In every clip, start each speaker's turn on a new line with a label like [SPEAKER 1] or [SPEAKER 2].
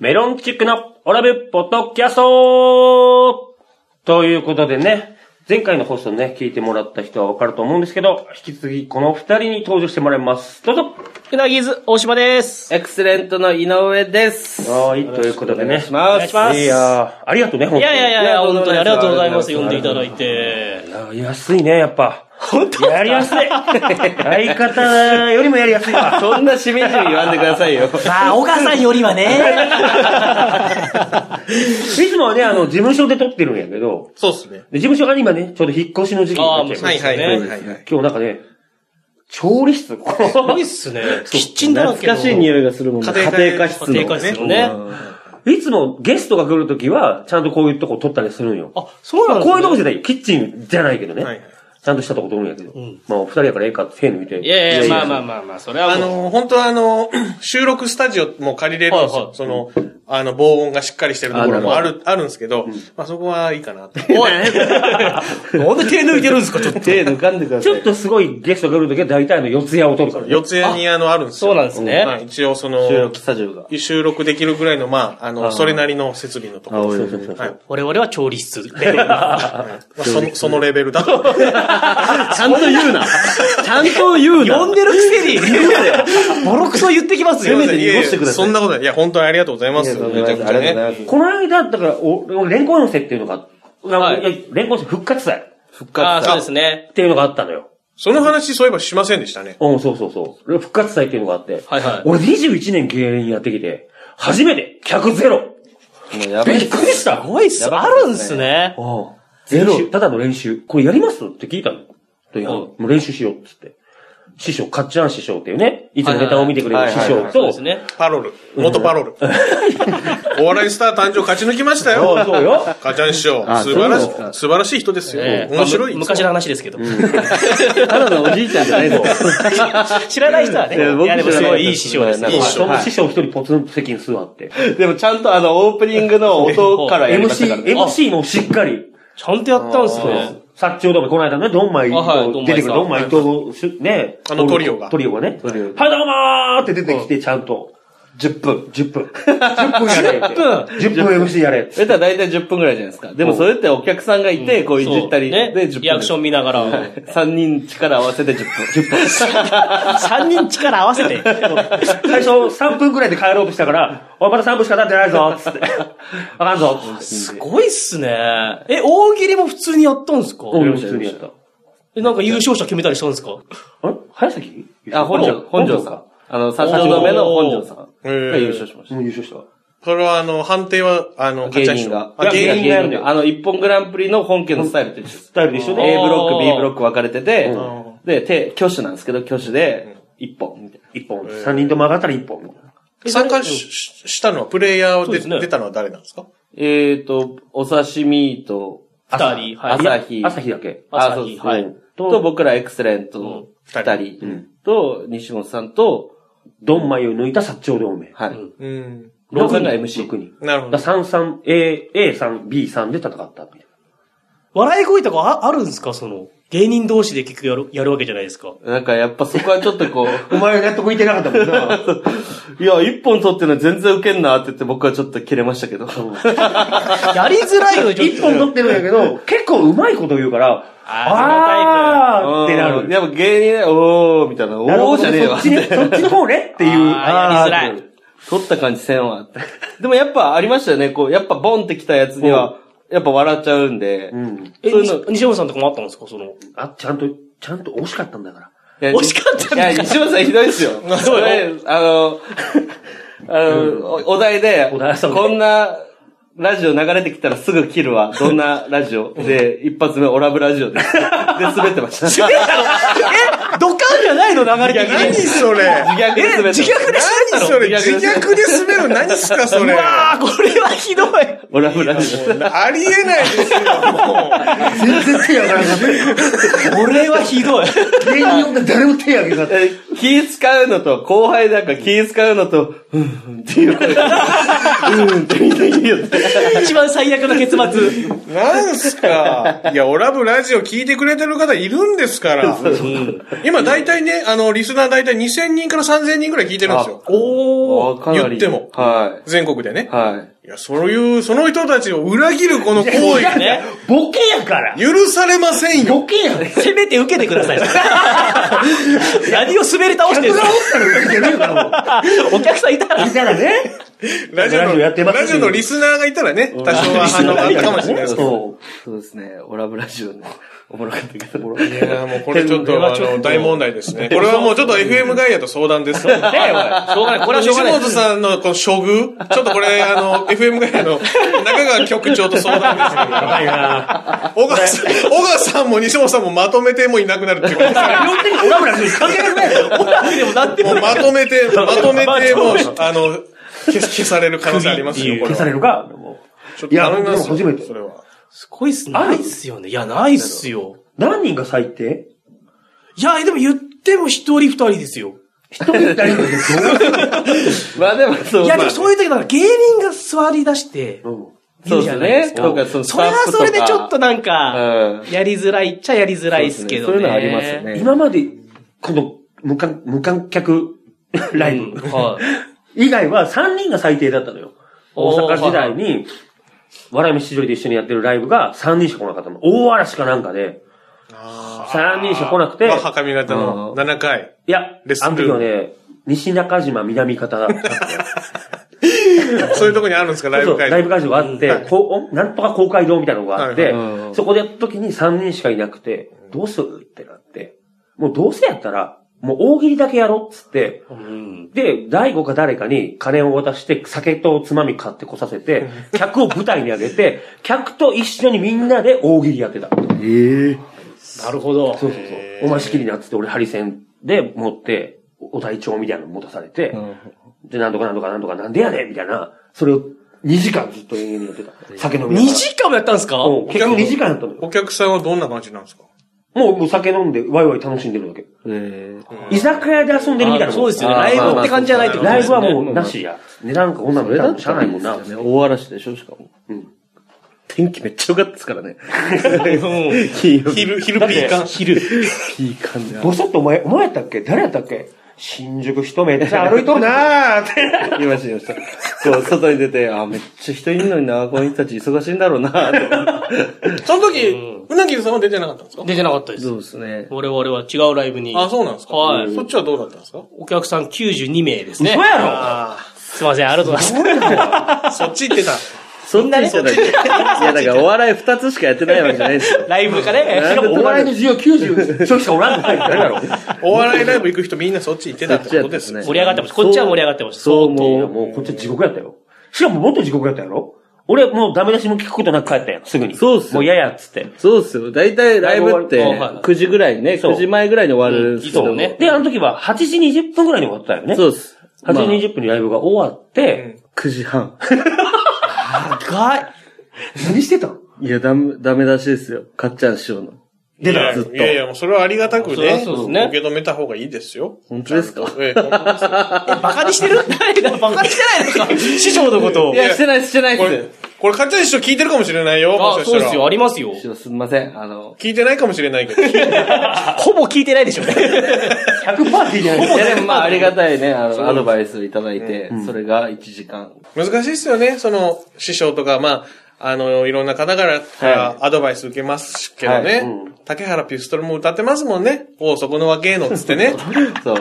[SPEAKER 1] メロンチックのオラブポッドキャストということでね、前回の放送ね、聞いてもらった人はわかると思うんですけど、引き続きこの二人に登場してもらいます。どうぞ
[SPEAKER 2] うなぎず、大島です。
[SPEAKER 3] エクセレントの井上です。
[SPEAKER 1] はい、ということでね。
[SPEAKER 3] お願いします
[SPEAKER 1] いやー、ありがとうね、本当
[SPEAKER 2] いやいやいやいや、
[SPEAKER 3] いや
[SPEAKER 2] 本当にありがとうございます。
[SPEAKER 3] あり
[SPEAKER 2] 呼ん
[SPEAKER 3] が
[SPEAKER 2] で
[SPEAKER 3] と
[SPEAKER 2] いうた
[SPEAKER 3] ござ
[SPEAKER 2] だいて。
[SPEAKER 1] いや安いね、やっぱ。本当やりやすい 相方よりもやりやすいわ。
[SPEAKER 3] そんなしみじみ言わんでくださいよ。
[SPEAKER 2] まあ、お母さんよりはね。
[SPEAKER 1] いつもはね、あの、事務所で撮ってるんやけど、
[SPEAKER 2] そうっすね。
[SPEAKER 1] で事務所が今ね、ちょうど引っ越しの時期になっちゃいまし
[SPEAKER 2] あーもうそうです
[SPEAKER 1] た
[SPEAKER 2] ね
[SPEAKER 3] いはい。
[SPEAKER 1] 今日なんかね、調理室、こ
[SPEAKER 2] すご
[SPEAKER 1] こ
[SPEAKER 2] いっすね。キッチンだらけの。
[SPEAKER 3] 懐か しい匂いがするもんね。家庭科室の。
[SPEAKER 2] 家庭科室のね。
[SPEAKER 1] いつもゲストが来るときは、ちゃんとこういうとこ撮ったりするんよ。
[SPEAKER 2] あ、そうなん
[SPEAKER 1] こういうとこじ
[SPEAKER 2] じ
[SPEAKER 1] ゃないよ。キッチンじゃないけどね。
[SPEAKER 4] はいはい
[SPEAKER 1] ちゃんとしたとこ撮るんやけど。
[SPEAKER 2] ん
[SPEAKER 1] まあ、お二人やからええかって手抜いて。
[SPEAKER 2] いやいや、まあまあまあまあ、それはも
[SPEAKER 4] あ
[SPEAKER 2] う。
[SPEAKER 4] の、本当はあの、 収録スタジオも借りれるんですよ
[SPEAKER 2] はいはい
[SPEAKER 4] その、あの、防音がしっかりしてるところもある、あるんですけど、まあそこはいいかなと。
[SPEAKER 2] おい、なんで手抜いてるんですか、ちょっと。
[SPEAKER 3] 手抜かんでくだ
[SPEAKER 1] ち
[SPEAKER 3] さ
[SPEAKER 1] ょっ
[SPEAKER 3] い。
[SPEAKER 1] とすごいゲストが来るときは大体あの四ツ谷を撮るからね。
[SPEAKER 4] 四ツ谷にあの、あるんです
[SPEAKER 2] そ
[SPEAKER 4] よ。
[SPEAKER 2] うなんですね
[SPEAKER 4] はい一応その、
[SPEAKER 3] 収録スタジオが。
[SPEAKER 4] 収録できるぐらいの、まあ、あの、それなりの設備のところ。
[SPEAKER 1] そうそうそう。
[SPEAKER 4] はい。
[SPEAKER 2] 我々は調理室で。今
[SPEAKER 4] まあ、その、そのレベルだと。
[SPEAKER 3] ちゃんと言 うな。ちゃんと言うな。
[SPEAKER 2] 呼んでるくせに、ボロクソ言ってきます
[SPEAKER 4] すい
[SPEAKER 2] よ
[SPEAKER 4] ま。
[SPEAKER 3] せ
[SPEAKER 4] せん
[SPEAKER 3] めて濁してください
[SPEAKER 4] ややそんなことない。いや、本当にありがとうございます。めちゃくちゃね。
[SPEAKER 3] す。
[SPEAKER 1] この間、だから、お俺、レンコン寄せっていうのが、
[SPEAKER 2] はい
[SPEAKER 1] いやレンコン寄せ復活祭
[SPEAKER 3] 復
[SPEAKER 2] あー
[SPEAKER 3] 活
[SPEAKER 2] そう
[SPEAKER 3] さ
[SPEAKER 2] で。すね。
[SPEAKER 1] っていうのがあったのよ。
[SPEAKER 4] その話、そういえばしませんでしたね。
[SPEAKER 1] うん、そうそうそう。復活祭っていうのがあって。
[SPEAKER 2] はいはい
[SPEAKER 1] 俺21年芸人やってきて、初めて客ゼロ。
[SPEAKER 3] もうやば
[SPEAKER 1] び
[SPEAKER 3] い。
[SPEAKER 1] っくりした
[SPEAKER 2] すごいっす。
[SPEAKER 3] やば
[SPEAKER 2] あ
[SPEAKER 3] かったです
[SPEAKER 2] るんす
[SPEAKER 3] ね
[SPEAKER 2] ね。
[SPEAKER 1] ああ。練習、ただの練習。これやりますって聞いたの。というもう練習しようっつって。師匠、かっちゃん師匠っていうね、いつもネタを見てくれる師匠
[SPEAKER 2] そう
[SPEAKER 1] と、
[SPEAKER 2] ですね。
[SPEAKER 4] パロル。元パロル。お笑いスター誕生勝ち抜きました
[SPEAKER 1] そう
[SPEAKER 4] よ。
[SPEAKER 1] そうよ。
[SPEAKER 4] かちゃん師匠、
[SPEAKER 3] あ
[SPEAKER 4] 素晴らし
[SPEAKER 3] そうなんですか
[SPEAKER 4] い、素晴らしい人ですよ。
[SPEAKER 2] ええ
[SPEAKER 4] 面
[SPEAKER 2] まあ
[SPEAKER 4] 白い。
[SPEAKER 2] む昔の話ですけど。
[SPEAKER 3] ただのおじいちゃんじゃないぞ。
[SPEAKER 2] 知らない人はね。
[SPEAKER 3] いや僕
[SPEAKER 2] いや、でもすごいいい師匠です
[SPEAKER 3] 知
[SPEAKER 2] ね
[SPEAKER 3] ら。ない
[SPEAKER 1] その師匠一人ポツンと席に座って。
[SPEAKER 3] でもちゃんとあの、オープニングの音からやりましたから
[SPEAKER 1] MC、
[SPEAKER 3] ね。
[SPEAKER 1] MC もしっかり。
[SPEAKER 2] ちゃんとやったんす
[SPEAKER 1] そう
[SPEAKER 2] ね。。
[SPEAKER 1] 薩長同盟、この間ね、ドンマイ
[SPEAKER 2] あはい
[SPEAKER 1] と出てくる、
[SPEAKER 2] ド
[SPEAKER 1] ドン
[SPEAKER 2] ン
[SPEAKER 1] マイと、しゅね、
[SPEAKER 4] あのトリオが
[SPEAKER 1] トリオがね。は
[SPEAKER 3] ト
[SPEAKER 1] い、どう
[SPEAKER 3] リオ
[SPEAKER 1] もーって出てきて、ちゃんと。
[SPEAKER 3] 10分。
[SPEAKER 1] 10分。10分やれって。10分 MC やれって。
[SPEAKER 3] えたら大体10分ぐらいじゃないですか。でもそれってお客さんがいて、こういじったり、
[SPEAKER 2] ね
[SPEAKER 3] で10分。
[SPEAKER 2] リアクション見なが ら。
[SPEAKER 3] 3人力合わせて10分。10分。
[SPEAKER 2] 三人力合わせ て。
[SPEAKER 1] 最初3分くらいで帰ろうとしたから、おいまだ3分しか経ってないぞっつって。あかんぞっつ
[SPEAKER 2] す
[SPEAKER 1] って。
[SPEAKER 2] ごいっすね。え、大喜利も普通にやったんすか
[SPEAKER 1] うん、普通にやった。
[SPEAKER 2] え、なんか優勝者決めたりしたんですか
[SPEAKER 1] あれ早崎
[SPEAKER 3] あ、本庄、本庄さん。あの、三丁目の本庄さんが優勝しまし
[SPEAKER 1] ん。もう優勝した。
[SPEAKER 4] それは、あの、判定は、あの、
[SPEAKER 3] た。
[SPEAKER 4] かち
[SPEAKER 3] 芸
[SPEAKER 4] ゃん師
[SPEAKER 3] 人
[SPEAKER 4] 匠
[SPEAKER 3] が。
[SPEAKER 4] あ
[SPEAKER 1] いや
[SPEAKER 4] 芸
[SPEAKER 1] 芸
[SPEAKER 4] 人
[SPEAKER 1] 人がやるんだよ
[SPEAKER 3] あの、一本グランプリの本家のスタイルと一緒です
[SPEAKER 1] ス。タイルで一緒で、
[SPEAKER 3] A ブロッ
[SPEAKER 2] あ
[SPEAKER 3] ク、
[SPEAKER 2] ー
[SPEAKER 3] B ブロック分かれてて
[SPEAKER 4] う、
[SPEAKER 3] で、手、挙手なんですけど、挙手で、一本みたいな。
[SPEAKER 1] 1本。3人とも上がったら1本。
[SPEAKER 4] 参加しししたのは、プレイヤーを
[SPEAKER 2] そうで
[SPEAKER 4] です
[SPEAKER 2] ね
[SPEAKER 4] 出たのは誰なんですか
[SPEAKER 3] えーと、お刺身と、
[SPEAKER 2] 二人、はい。
[SPEAKER 3] 朝日。
[SPEAKER 1] 朝日だけ。
[SPEAKER 3] あ、
[SPEAKER 2] 朝
[SPEAKER 3] そう
[SPEAKER 2] 日
[SPEAKER 3] です
[SPEAKER 2] はい
[SPEAKER 3] ね。と、僕らエクセレントの二
[SPEAKER 4] 二
[SPEAKER 3] 人、と、西本さんと、
[SPEAKER 1] ドンマイを抜いた薩長同盟。
[SPEAKER 3] はい。
[SPEAKER 2] ん
[SPEAKER 4] うん。
[SPEAKER 3] ローさんが
[SPEAKER 1] 六人
[SPEAKER 3] MC
[SPEAKER 1] 六人。
[SPEAKER 4] なるほど
[SPEAKER 1] だ。三三 A、A さん、B さんで戦ったみたい
[SPEAKER 2] 笑い声とかああるんですかその、芸人同士で結局やる、やるわけじゃないですか。
[SPEAKER 3] なんかやっぱそこはちょっとこう、
[SPEAKER 1] な。お前納得いてなかったもん な。
[SPEAKER 3] いや、一本取ってるの全然ウケんなって言って僕はちょっと切れましたけど。
[SPEAKER 2] やりづらいのよ、ちょっと
[SPEAKER 1] 一本取ってるんやけど、結構うまいこと言うから、
[SPEAKER 2] あ
[SPEAKER 1] あーってなる。
[SPEAKER 3] やっぱ芸人ね、おーみたいな。お
[SPEAKER 1] なるほ
[SPEAKER 3] ー
[SPEAKER 1] ど
[SPEAKER 3] じゃねえ
[SPEAKER 1] そ
[SPEAKER 3] わ。
[SPEAKER 1] っちね、そっちの方ねっていう。
[SPEAKER 2] あーやりづらい
[SPEAKER 1] あーって
[SPEAKER 3] 取った感じせんわ って。でもやっぱありましたよね。こう、やっぱボンってきたやつには、やっぱ笑っちゃうんで。
[SPEAKER 1] うん。
[SPEAKER 2] え、
[SPEAKER 3] そうい
[SPEAKER 2] 西
[SPEAKER 3] うの
[SPEAKER 2] 西本さんとかもあったんですかその。
[SPEAKER 1] あ、ちゃんと、ちゃんと惜しかったんだから。
[SPEAKER 3] いや
[SPEAKER 2] 惜しかったんだ
[SPEAKER 3] いや、西村さんひどいですよ。
[SPEAKER 2] そうよ
[SPEAKER 3] ねあの、あの、おお題で
[SPEAKER 1] お題そう、ね
[SPEAKER 3] こんな、ラジオ流れてきたらすぐ切るわ。どんなラジオで、一発目オラブラジオです。で、滑ってました。自
[SPEAKER 2] えドカンじゃないの流れ的
[SPEAKER 4] 何
[SPEAKER 2] に。
[SPEAKER 4] それ
[SPEAKER 3] 虐で滑ってま
[SPEAKER 2] 自
[SPEAKER 3] し
[SPEAKER 2] 虐
[SPEAKER 3] た。
[SPEAKER 2] でし
[SPEAKER 4] 何
[SPEAKER 2] ない
[SPEAKER 4] そ
[SPEAKER 2] の
[SPEAKER 4] れ自虐 で滑る何すかそうれ
[SPEAKER 2] わー、これはひどい。
[SPEAKER 3] オラブラジオ。
[SPEAKER 4] ありえないですよ、も
[SPEAKER 1] 全然手上がらなかっ
[SPEAKER 2] これはひどい。
[SPEAKER 1] た。芸人呼んで誰も手上げなかっ
[SPEAKER 3] え気使うのと、後輩なんか気使うのと、うんっていう声が。うんってみんな言うよって。
[SPEAKER 2] 一番最悪の結末。
[SPEAKER 4] なんすか。いや、オラブラジオ聞いてくれてる方いるんですから。今大体ね、あの、リスナー大体2000人から3000人くらい聞いてるんですよ。
[SPEAKER 3] おー、かな
[SPEAKER 4] 言
[SPEAKER 3] り。
[SPEAKER 4] っても
[SPEAKER 3] は
[SPEAKER 4] 全国でね
[SPEAKER 3] い。。はい。
[SPEAKER 4] いや、そういう、その人たちを裏切るこの行為がね、
[SPEAKER 1] ボケやから
[SPEAKER 4] 許されませんよ。
[SPEAKER 1] ボケやね
[SPEAKER 2] せめて受けてください。 何を滑り倒してるんですかお客さんいたら。
[SPEAKER 1] だからね。
[SPEAKER 4] ラジオ
[SPEAKER 1] ラジオ
[SPEAKER 4] の、
[SPEAKER 1] やってます
[SPEAKER 4] ラジオのリスナーがいたらね、多少は反応があったかもしれないですけど。
[SPEAKER 3] そう。そうですね。オラブラジオね。おもろかったけど。
[SPEAKER 4] いやもうこれちょっと、あの、大問題ですね。これはもうちょっと FM ガイアと相談です。ねえ、これ。しょうがない。これはしょうがない。西本さんのこの処遇、ちょっとこれ、あの、FM ガイアの中川局長と相談ですけど。
[SPEAKER 1] やばいな
[SPEAKER 4] 小川さん、小川さんも西本さんもまとめてもういなくなるっていうことですね
[SPEAKER 1] 基本的にオラブラジオ関係なくないよ。
[SPEAKER 2] でもなって
[SPEAKER 4] もうまとめて、まとめて、もう、あの、消す消される可能性ありますよ、これ
[SPEAKER 1] 消さ
[SPEAKER 4] は。
[SPEAKER 1] れるか
[SPEAKER 4] ちょっと頼み
[SPEAKER 1] い
[SPEAKER 4] ますよ
[SPEAKER 1] やでも初めて
[SPEAKER 4] それは。
[SPEAKER 2] すごいっすね。ないっすよね。いや、ないっすよ。
[SPEAKER 1] 何人が最低
[SPEAKER 2] いや、でも言っても一人二人ですよ。
[SPEAKER 1] 一人二人ですよ。
[SPEAKER 3] まあでもそう。
[SPEAKER 2] いや、でも
[SPEAKER 3] まあ
[SPEAKER 2] そういう時なんか芸人が座り出して、い
[SPEAKER 3] そ
[SPEAKER 2] る
[SPEAKER 3] う
[SPEAKER 2] じ
[SPEAKER 3] で
[SPEAKER 2] ゃ
[SPEAKER 3] す
[SPEAKER 2] ないです
[SPEAKER 3] ね。
[SPEAKER 2] か。
[SPEAKER 3] とか、そのス
[SPEAKER 2] そ
[SPEAKER 3] タ
[SPEAKER 2] れ
[SPEAKER 3] ッ
[SPEAKER 2] は
[SPEAKER 3] フとか。
[SPEAKER 2] それでちょっとなん
[SPEAKER 3] う
[SPEAKER 2] か、やりづらいっちゃやりづらいっすけどね。
[SPEAKER 3] そうですねそういうのありますね
[SPEAKER 1] 今まで、この無観、無観客ライブ
[SPEAKER 2] はい。
[SPEAKER 1] 以外は3人が最低だったのよ。大
[SPEAKER 2] おー
[SPEAKER 1] 阪時代に、笑い飯鳥で一緒にやってるライブが3人しか来なかったの。大嵐かなんかで、3人しか来なくて
[SPEAKER 4] まあ、、はかみ型の7回。
[SPEAKER 1] いや
[SPEAKER 4] レッ、ス
[SPEAKER 1] あ
[SPEAKER 4] ン
[SPEAKER 1] の
[SPEAKER 4] ルー
[SPEAKER 1] 時
[SPEAKER 4] ム
[SPEAKER 1] はね、西中島南方だったのよ
[SPEAKER 4] そういうとこにあるんですか、ライ
[SPEAKER 1] そ
[SPEAKER 4] ブ
[SPEAKER 1] うそう
[SPEAKER 4] 会
[SPEAKER 1] ライ
[SPEAKER 4] 場
[SPEAKER 1] ブ。会場があって、こうおなんとか公会堂みたいなのがあって、
[SPEAKER 4] はい
[SPEAKER 3] はい
[SPEAKER 1] そこでやった時に3人しかいなくて、どうするってなって、もうどうせやったら、もう大喜利だけやろうっつって、
[SPEAKER 2] うん。
[SPEAKER 1] で、大悟か誰かに金を渡して、酒とつまみ買ってこさせて、客を舞台に上げて、客と一緒にみんなで大喜利やってた。
[SPEAKER 3] ええ。
[SPEAKER 2] なるほど。
[SPEAKER 1] そうそうそう。お前仕切りなっつって、俺ハリセンで持って、お隊長みたいなの持たされて、で、なんとかなんとかなんとかなんでやねんみたいな、それを2時間ずっと永遠にやってた。酒飲みながら。
[SPEAKER 2] 2時間もやったんですか
[SPEAKER 1] うん結局2時間やったのよ。
[SPEAKER 4] お客さんはどんな感じなんですか
[SPEAKER 1] もう、もう酒飲んで、ワイワイ楽しんでるわけ。
[SPEAKER 3] ええ。
[SPEAKER 1] 居酒屋で遊んでるみたいなもん。
[SPEAKER 2] そうですよね。
[SPEAKER 3] あ
[SPEAKER 2] ラ
[SPEAKER 3] ー
[SPEAKER 2] イブって感じじゃないってこと
[SPEAKER 1] ラ
[SPEAKER 2] で
[SPEAKER 1] イ
[SPEAKER 2] す
[SPEAKER 1] ブ
[SPEAKER 2] ね。
[SPEAKER 1] はもうなしや。値段かこんなの
[SPEAKER 3] それだっ
[SPEAKER 1] しゃ
[SPEAKER 3] た
[SPEAKER 1] あな
[SPEAKER 3] ら
[SPEAKER 1] い
[SPEAKER 3] いい
[SPEAKER 1] も
[SPEAKER 3] で
[SPEAKER 1] ん
[SPEAKER 3] す
[SPEAKER 1] な
[SPEAKER 3] よ。ね。大嵐でしょ、しかも。
[SPEAKER 1] うん。
[SPEAKER 3] 天気めっちゃ良かったですから
[SPEAKER 2] う
[SPEAKER 3] ね。
[SPEAKER 2] ん
[SPEAKER 3] 金曜日。
[SPEAKER 4] 昼、昼ピーカン。
[SPEAKER 2] 昼。
[SPEAKER 3] いい感じだ。
[SPEAKER 1] ぼそっとお前、お前やったっけ誰やったっけ新宿人めっちゃ歩いとるなーって。
[SPEAKER 3] いました、いました。こう、外に出て、あ、めっちゃ人いるのにな、この人たち忙しいんだろうな、
[SPEAKER 4] その時、うなぎさんは出てなかったんですか
[SPEAKER 2] 出てなかったで
[SPEAKER 3] と。
[SPEAKER 2] す
[SPEAKER 3] そ。うですね。
[SPEAKER 2] 我々は違うライブに。
[SPEAKER 4] あ、そうなんですか
[SPEAKER 2] はい
[SPEAKER 4] そっちはどうだったんですか
[SPEAKER 2] お客さん92名ですね。
[SPEAKER 1] 嘘やろ
[SPEAKER 2] あーすいません、ありがとうございます。
[SPEAKER 4] そっち行ってた。
[SPEAKER 3] そんなにじゃない。いや、だからお笑い二つしかやってないわけじゃないですよ。
[SPEAKER 2] ライブがね。
[SPEAKER 3] し
[SPEAKER 1] し
[SPEAKER 3] か
[SPEAKER 1] か
[SPEAKER 3] も
[SPEAKER 1] も
[SPEAKER 3] お
[SPEAKER 1] お
[SPEAKER 3] 笑
[SPEAKER 1] 笑
[SPEAKER 3] い
[SPEAKER 1] い
[SPEAKER 3] の
[SPEAKER 1] の需要90、それしかおらんのかい誰だろ
[SPEAKER 4] お笑いライブ行く人みんなそっち行ってたってことですね。
[SPEAKER 2] 盛り上がってましたこっちは盛り上がってました
[SPEAKER 3] そう、
[SPEAKER 2] 相当
[SPEAKER 3] もう、
[SPEAKER 1] もうこっち地獄やったよ。しかももっと地獄やったやろ俺もうダメ出しも聞くことなく帰ったやん、すぐに。
[SPEAKER 3] そうっすよ
[SPEAKER 1] もう嫌やっつって。
[SPEAKER 3] そうっすよ。大体ライブって
[SPEAKER 2] ライブ終わる
[SPEAKER 3] 9時ぐらいにね、
[SPEAKER 1] そう
[SPEAKER 3] 9時前ぐらいに終わるんですけど
[SPEAKER 2] そうね
[SPEAKER 1] で、あの時は8時20分ぐらいに終わったよね。
[SPEAKER 3] そうっす。
[SPEAKER 1] 8時
[SPEAKER 3] まあ
[SPEAKER 1] 20分にライブが終わって、
[SPEAKER 3] 9時半。
[SPEAKER 2] 長い。
[SPEAKER 1] 何してたん
[SPEAKER 3] いや、ダメ、ダメ出しですよ。かっちゃん師匠の。
[SPEAKER 4] 出た
[SPEAKER 3] ずっと
[SPEAKER 4] いやいや、もうそれはありがたくね。
[SPEAKER 2] そりゃそうですね
[SPEAKER 4] 受け止めた方がいいですよ。
[SPEAKER 3] 本当ですか
[SPEAKER 4] ええ、本当です
[SPEAKER 2] え、
[SPEAKER 4] よ
[SPEAKER 2] バカにしてるバカにしてないですか師匠のことを。
[SPEAKER 3] い
[SPEAKER 4] や
[SPEAKER 3] や、してないっす、してないっ
[SPEAKER 4] これ
[SPEAKER 3] す。、
[SPEAKER 4] これ、かっちゃん師匠聞いてるかもしれないよ。も
[SPEAKER 2] あ、
[SPEAKER 4] しか
[SPEAKER 2] そう
[SPEAKER 4] し
[SPEAKER 2] です
[SPEAKER 4] た
[SPEAKER 2] よ、
[SPEAKER 4] ら
[SPEAKER 2] あ。ります よ
[SPEAKER 3] 師。匠すみません。あの、
[SPEAKER 4] 聞いてないかもしれないけど。
[SPEAKER 2] ほぼ聞いてないでしょうね。
[SPEAKER 1] ?100% 聞いてない
[SPEAKER 3] いやでも まあありがたいね、あの、アドバイスをいただいて、それが1時間。
[SPEAKER 4] 難しいですよね。その、師匠とか、まあ、あの、いろんな方からからアドバイス受けますけどね。
[SPEAKER 3] はい
[SPEAKER 4] 竹原ピストルも歌ってますもんね。おう、そこの若えの、つっ てね。
[SPEAKER 3] そう。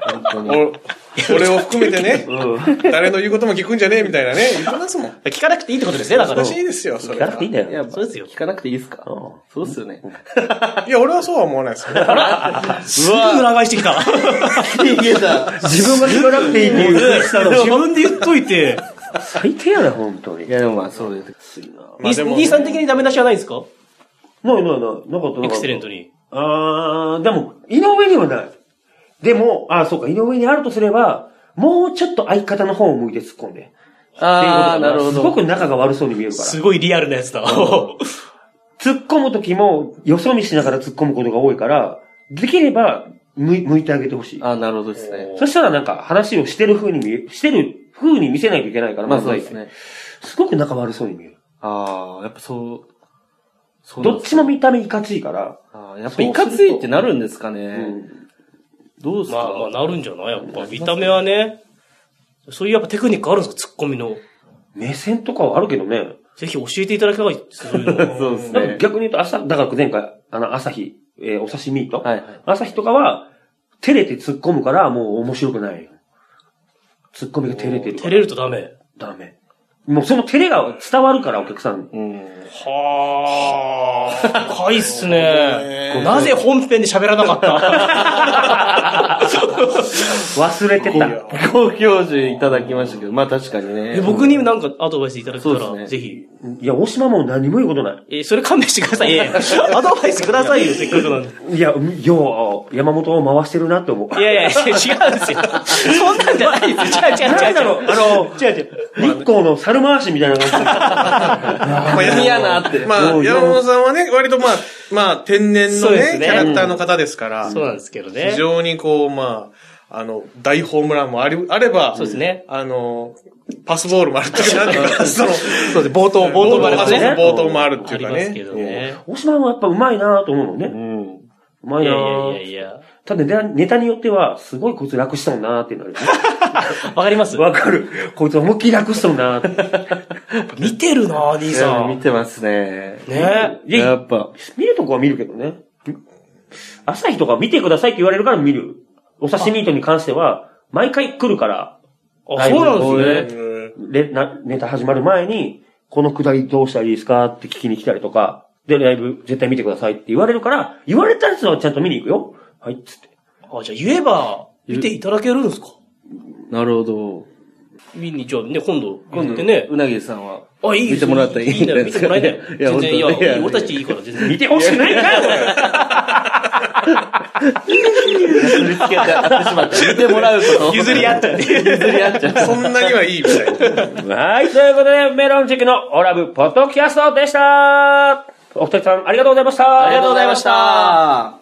[SPEAKER 3] 本当に。
[SPEAKER 4] お 俺を含めてね、誰の言うことも聞くんじゃねえみたいなね、言ってますもん。
[SPEAKER 2] 聞かなくていいってことですね、だから
[SPEAKER 4] 難。しいですよ、それ
[SPEAKER 1] やらなく
[SPEAKER 4] は。
[SPEAKER 1] ていいんだ
[SPEAKER 3] い
[SPEAKER 1] よ。
[SPEAKER 3] や、
[SPEAKER 2] そうですよ
[SPEAKER 3] 聞かなくていいですかそうっすよね。
[SPEAKER 4] いや、俺はそうは思わないで すけど。
[SPEAKER 2] すぐ裏返してきた。
[SPEAKER 3] いやだ。
[SPEAKER 1] 自分が聞かなくていいっていう嬉しさの
[SPEAKER 2] 自分で言っとい て。
[SPEAKER 1] 最低やな、本当に。
[SPEAKER 3] いやでもまあそうです。
[SPEAKER 4] まあでも
[SPEAKER 2] 兄さん的にダメ出しはないんですか
[SPEAKER 1] ないないない。なかったなかった。
[SPEAKER 2] エクセレントに。
[SPEAKER 1] あー、でも、井上にはない。でも、あー、そうか、井上にあるとすれば、もうちょっと相方の方を向いて突っ込んで。
[SPEAKER 3] ああ、
[SPEAKER 1] っていうことが
[SPEAKER 3] なるほ
[SPEAKER 1] すご
[SPEAKER 3] ど。
[SPEAKER 1] く仲が悪そうに見えるから。
[SPEAKER 2] すごいリアルなやつ だ。
[SPEAKER 1] 突っ込む時も、よそ見しながら突っ込むことが多いから、できれば、むい、向いてあげてほしい。
[SPEAKER 3] あ、なるほどですね。
[SPEAKER 1] そしたらなんか話をしてる風に見え、してる風に見せないといけないから、
[SPEAKER 3] まあ
[SPEAKER 1] 漫
[SPEAKER 3] そう
[SPEAKER 1] 才
[SPEAKER 3] で
[SPEAKER 1] っ
[SPEAKER 3] す
[SPEAKER 1] て。
[SPEAKER 3] ね。
[SPEAKER 1] すごく仲悪そうに見える。
[SPEAKER 3] ああ、やっぱそう、そうなん
[SPEAKER 1] ど
[SPEAKER 3] で
[SPEAKER 1] っ
[SPEAKER 3] す
[SPEAKER 1] ちも見た目いかついから。
[SPEAKER 3] あーやっぱいかついってなるんですかね。
[SPEAKER 1] うん
[SPEAKER 3] どうです
[SPEAKER 2] ま
[SPEAKER 3] か、
[SPEAKER 2] あまあなるんじゃないやっぱ見た目はね。そういうやっぱテクニックあるんですかツッコミの。
[SPEAKER 1] 目線とかはあるけどね。
[SPEAKER 2] ぜひ教えていただきたいです。そういうの
[SPEAKER 3] そうです
[SPEAKER 1] なんか
[SPEAKER 3] ね。
[SPEAKER 1] 逆に言うと朝、だから前回、あの、朝日、えーお刺身と、
[SPEAKER 3] はいはい。
[SPEAKER 1] 朝日とかは、照れて突っ込むから、もう面白くないよ。突っ込みが照れてるか
[SPEAKER 2] 照
[SPEAKER 1] ら。
[SPEAKER 2] れるとダメ。
[SPEAKER 1] ダメ。もうその照れが伝わるから、お客さんに。
[SPEAKER 3] うん。
[SPEAKER 2] はあ。深いっす
[SPEAKER 4] ね
[SPEAKER 2] ね。なぜ本編で喋らなかった
[SPEAKER 1] 忘れてた。
[SPEAKER 3] ご教授いただきましたけど、まあ確かにね。
[SPEAKER 2] え僕になんかアドバイスいただけた
[SPEAKER 3] そうです
[SPEAKER 2] ら、
[SPEAKER 3] ね
[SPEAKER 2] ぜひ。
[SPEAKER 1] いや、大島も何も言うことな
[SPEAKER 2] え、それ勘弁してください。いやいやアドバイスくださいよ、せっかくなんで。
[SPEAKER 1] い。いや、よう、山本を回してるなって思う。
[SPEAKER 2] いやいや、違うんですよ。そんなんじゃないですよ。違う違う違う。
[SPEAKER 1] なんだろう、あ
[SPEAKER 2] 違う違う。
[SPEAKER 1] の、日光の猿回しみたいな感
[SPEAKER 4] まあ
[SPEAKER 3] 嫌なって
[SPEAKER 4] ま
[SPEAKER 1] うん
[SPEAKER 4] あ、山本さんはね、割とまあ、まあ、天然
[SPEAKER 2] そ
[SPEAKER 4] の
[SPEAKER 2] うで
[SPEAKER 4] ね
[SPEAKER 2] す、ね
[SPEAKER 4] キャラクターの方ですから、
[SPEAKER 2] そうなんですけどね。
[SPEAKER 4] 非常にこう、まあ、あの、大ホームランもあり、あれば、
[SPEAKER 2] そうですね
[SPEAKER 4] あの、パスボールもあるっていうか、なんていうか、その、
[SPEAKER 2] そうです。冒頭、冒頭まで
[SPEAKER 4] あ
[SPEAKER 2] ね。
[SPEAKER 4] そうそう冒頭もあるって
[SPEAKER 2] あ
[SPEAKER 4] いう
[SPEAKER 2] り
[SPEAKER 4] か
[SPEAKER 2] ますけ
[SPEAKER 4] ね。
[SPEAKER 2] どね。
[SPEAKER 1] じ。大島もやっぱ上手いなと思うもん
[SPEAKER 3] う
[SPEAKER 1] ね。
[SPEAKER 3] ん。
[SPEAKER 1] 上手
[SPEAKER 2] い
[SPEAKER 1] いない
[SPEAKER 2] やや
[SPEAKER 1] ぁ
[SPEAKER 2] いやいや。
[SPEAKER 1] ただネタネタによっては、すごいこいつ楽しそうなーってなる。
[SPEAKER 2] わかりま す
[SPEAKER 1] わかる。こいつ思いっきり楽しそうなーって。
[SPEAKER 2] 見てるな、兄さ
[SPEAKER 3] いや見
[SPEAKER 2] ん。
[SPEAKER 3] てますね。
[SPEAKER 2] ね
[SPEAKER 1] いや
[SPEAKER 3] やっぱ。
[SPEAKER 1] 見るとこは見るけどね。朝日とか見てくださいって言われるから見る。お刺身とに関しては、毎回来るから、
[SPEAKER 2] あ、そうなんですね。
[SPEAKER 4] うん
[SPEAKER 1] レなネタ始まる前に、このくだりどうしたらいいですかって聞きに来たりとか、で、ライブ絶対見てくださいって言われるから、言われたやつはちゃんと見に行くよ。はい、っつって。
[SPEAKER 2] あ、じゃあ言えば、見ていただけるんですか
[SPEAKER 3] なるほど。
[SPEAKER 2] 見に、じゃあね、今度、今度ってね。
[SPEAKER 3] うなぎさんは。
[SPEAKER 2] あ、いいよ
[SPEAKER 3] 見てもらったらいいん
[SPEAKER 2] いいんだよ。見
[SPEAKER 3] じ
[SPEAKER 2] て
[SPEAKER 3] ゃな
[SPEAKER 2] もら
[SPEAKER 3] い
[SPEAKER 2] えた
[SPEAKER 3] で
[SPEAKER 2] よ
[SPEAKER 3] すか。
[SPEAKER 2] 全然、いや、
[SPEAKER 3] いや本当ね
[SPEAKER 2] いい俺たちいいから、全然。
[SPEAKER 1] 見てほしくないかよ
[SPEAKER 3] 譲りつけてやってしまった。見てもら うこと。譲り合っちゃう。 譲り合っちゃう。。
[SPEAKER 4] そんなにはいいみたいな。
[SPEAKER 1] はい、ということで、メロンチェックのオラブポッドキャストでしたお二人さん、ありがとうございました。
[SPEAKER 2] ありがとうございました